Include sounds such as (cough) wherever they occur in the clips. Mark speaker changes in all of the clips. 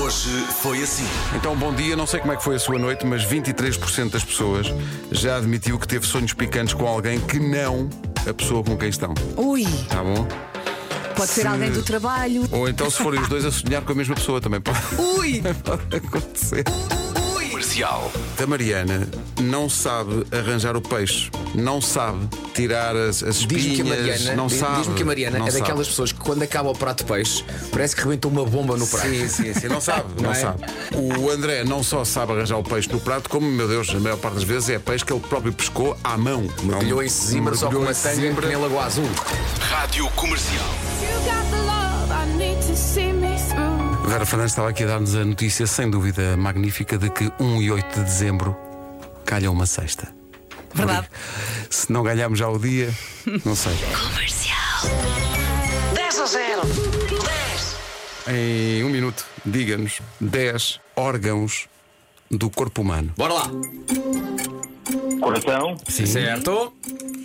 Speaker 1: Hoje foi assim.
Speaker 2: Então, bom dia. Não sei como é que foi a sua noite, mas 23% das pessoas já admitiu que teve sonhos picantes com alguém que não a pessoa com quem estão.
Speaker 3: Ui,
Speaker 2: Tá bom?
Speaker 3: pode ser
Speaker 2: Se-
Speaker 3: alguém do trabalho.
Speaker 2: Ou então, se forem os dois a sonhar com a mesma pessoa, também pode, (laughs)
Speaker 3: Ui,
Speaker 2: pode acontecer.
Speaker 3: ui.
Speaker 1: Comercial.
Speaker 2: A Mariana não sabe arranjar o peixe, não sabe tirar as, as
Speaker 4: Diz-me
Speaker 2: espinhas,
Speaker 4: que a Mariana,
Speaker 2: não
Speaker 4: diz-
Speaker 2: sabe.
Speaker 4: diz-me que a Mariana
Speaker 2: não
Speaker 4: é
Speaker 2: sabe.
Speaker 4: daquelas pessoas que quando acaba o prato de peixe parece que rebentou uma bomba no prato.
Speaker 2: Sim, sim, sim, não (laughs) sabe, não,
Speaker 4: (laughs) Não é?
Speaker 2: sabe. O André não só sabe arranjar o peixe no prato, como, meu Deus, a maior parte das vezes é peixe que ele próprio pescou à mão.
Speaker 4: Mergulhou em Sesimbra só com
Speaker 2: Mergulhou
Speaker 4: uma
Speaker 2: em
Speaker 4: tanga
Speaker 2: Sesimbra.
Speaker 4: que nem Lagoa Azul.
Speaker 1: Rádio Comercial.
Speaker 5: You got the love I need to see me through.
Speaker 2: Vera Fernandes estava aqui a dar-nos a notícia, sem dúvida magnífica, de que 1 e 8 de dezembro calha uma sexta.
Speaker 3: Verdade.
Speaker 2: Se não ganharmos já o dia, não sei.
Speaker 6: 10 a 0. 10.
Speaker 2: Em um minuto, diga-nos 10 órgãos do corpo humano.
Speaker 4: Bora lá.
Speaker 7: Coração,
Speaker 4: Certo.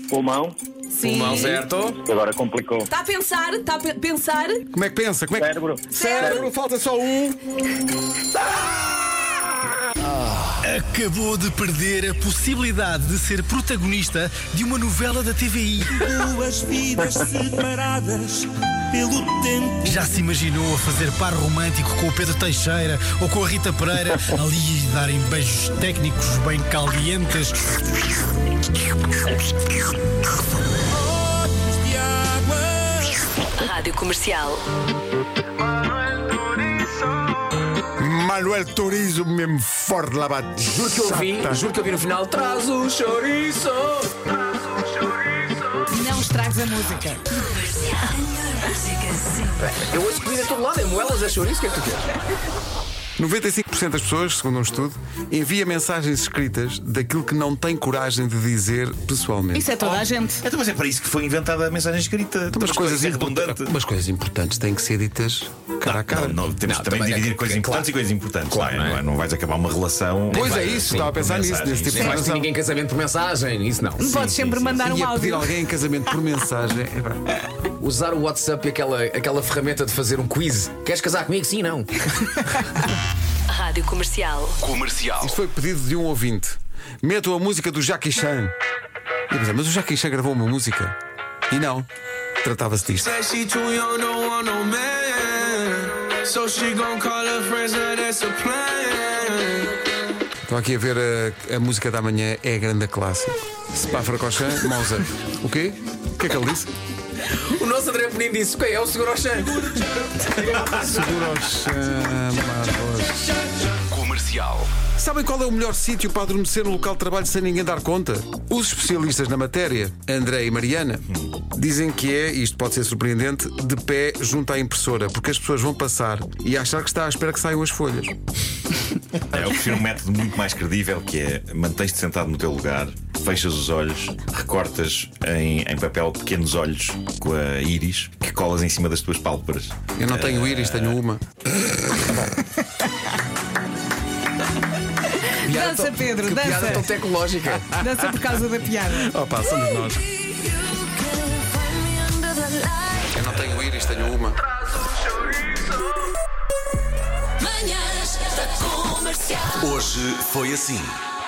Speaker 7: pulmão,
Speaker 3: Sim.
Speaker 4: Mão certo.
Speaker 7: que agora complicou.
Speaker 3: Está Tá a pensar, está a pe- pensar.
Speaker 2: Como é que pensa? Como é que...
Speaker 7: Cérebro,
Speaker 3: Cérebro,
Speaker 2: falta só um.
Speaker 8: Acabou de perder a possibilidade de ser protagonista de uma novela da TVI.
Speaker 9: Duas vidas separadas pelo tempo.
Speaker 8: Já se imaginou a fazer par romântico com o Pedro Teixeira ou com a Rita Pereira, ali a darem beijos técnicos bem calientes?
Speaker 6: Rádio Comercial.
Speaker 2: Manuel Turizo, mesmo forte lá bate.
Speaker 4: Juro que eu vi, juro que eu vi no final. Traz o chouriço.
Speaker 3: Não estragues a música.
Speaker 4: Eu hoje comi a todo lado, é moelas a chouriço, o que é que tu queres?
Speaker 2: 95% das pessoas, segundo um estudo, envia mensagens escritas daquilo que não tem coragem de dizer pessoalmente.
Speaker 3: Isso é toda a gente.
Speaker 10: Então, mas é para isso que foi inventada a mensagem escrita.
Speaker 2: Mas coisas,
Speaker 10: é
Speaker 2: import-
Speaker 10: redundante.
Speaker 2: mas coisas importantes têm que ser ditas cara a cara.
Speaker 10: Não, não, temos
Speaker 4: Não,
Speaker 10: que também,
Speaker 4: também é-
Speaker 10: dividir coisas
Speaker 4: é claro.
Speaker 10: importantes e coisas importantes.
Speaker 4: Claro,
Speaker 10: não, é?
Speaker 4: não
Speaker 10: não,
Speaker 4: é?
Speaker 10: é? Não vais acabar uma relação.
Speaker 2: Pois é
Speaker 10: Vai-
Speaker 2: isso,
Speaker 10: sim,
Speaker 2: estava a pensar
Speaker 10: com
Speaker 2: nisso, nesse
Speaker 10: mensagens,
Speaker 2: tipo de
Speaker 10: sim.
Speaker 4: Nem vais ter
Speaker 2: razão.
Speaker 4: ninguém em casamento por mensagem, isso não.
Speaker 3: Não podes sempre mandar um
Speaker 2: E a pedir
Speaker 3: áudio.
Speaker 2: alguém em casamento por mensagem. É epá.
Speaker 4: Usar o WhatsApp e aquela, aquela ferramenta de fazer um quiz. Queres casar comigo? Sim, não.
Speaker 6: Rádio Comercial.
Speaker 1: Comercial.
Speaker 2: Isto foi pedido de um ouvinte. Metam a música do Jackie Chan. E eu pensei, mas o Jackie Chan gravou uma música? E não. Tratava-se disto. Estou aqui a ver a, a música da manhã, é a grande clássica. Spa Fracochan, Mozart. O quê? O que é que ele disse?
Speaker 4: O nosso André Penin disse: ok, é o seguro ao chão.
Speaker 1: Comercial.
Speaker 2: Sabem qual é o melhor sítio para adormecer no local de trabalho sem ninguém dar conta? Os especialistas na matéria, André e Mariana, dizem que é, e isto pode ser surpreendente, de pé junto à impressora, porque as pessoas vão passar e achar que está à espera que saiam as folhas.
Speaker 10: É, eu prefiro um método muito mais credível que é mantens-te sentado no teu lugar, fechas os olhos, recortas em, em papel pequenos olhos com a íris que colas em cima das tuas pálpebras.
Speaker 2: Eu não tenho íris, tenho uma.
Speaker 3: Dança, Pedro,
Speaker 4: Que piada tão
Speaker 3: dança.
Speaker 4: tecnológica.
Speaker 3: Dança por causa da piada.
Speaker 2: Opa, somos nós. Eu não tenho íris, tenho uma.
Speaker 1: Hoje foi assim.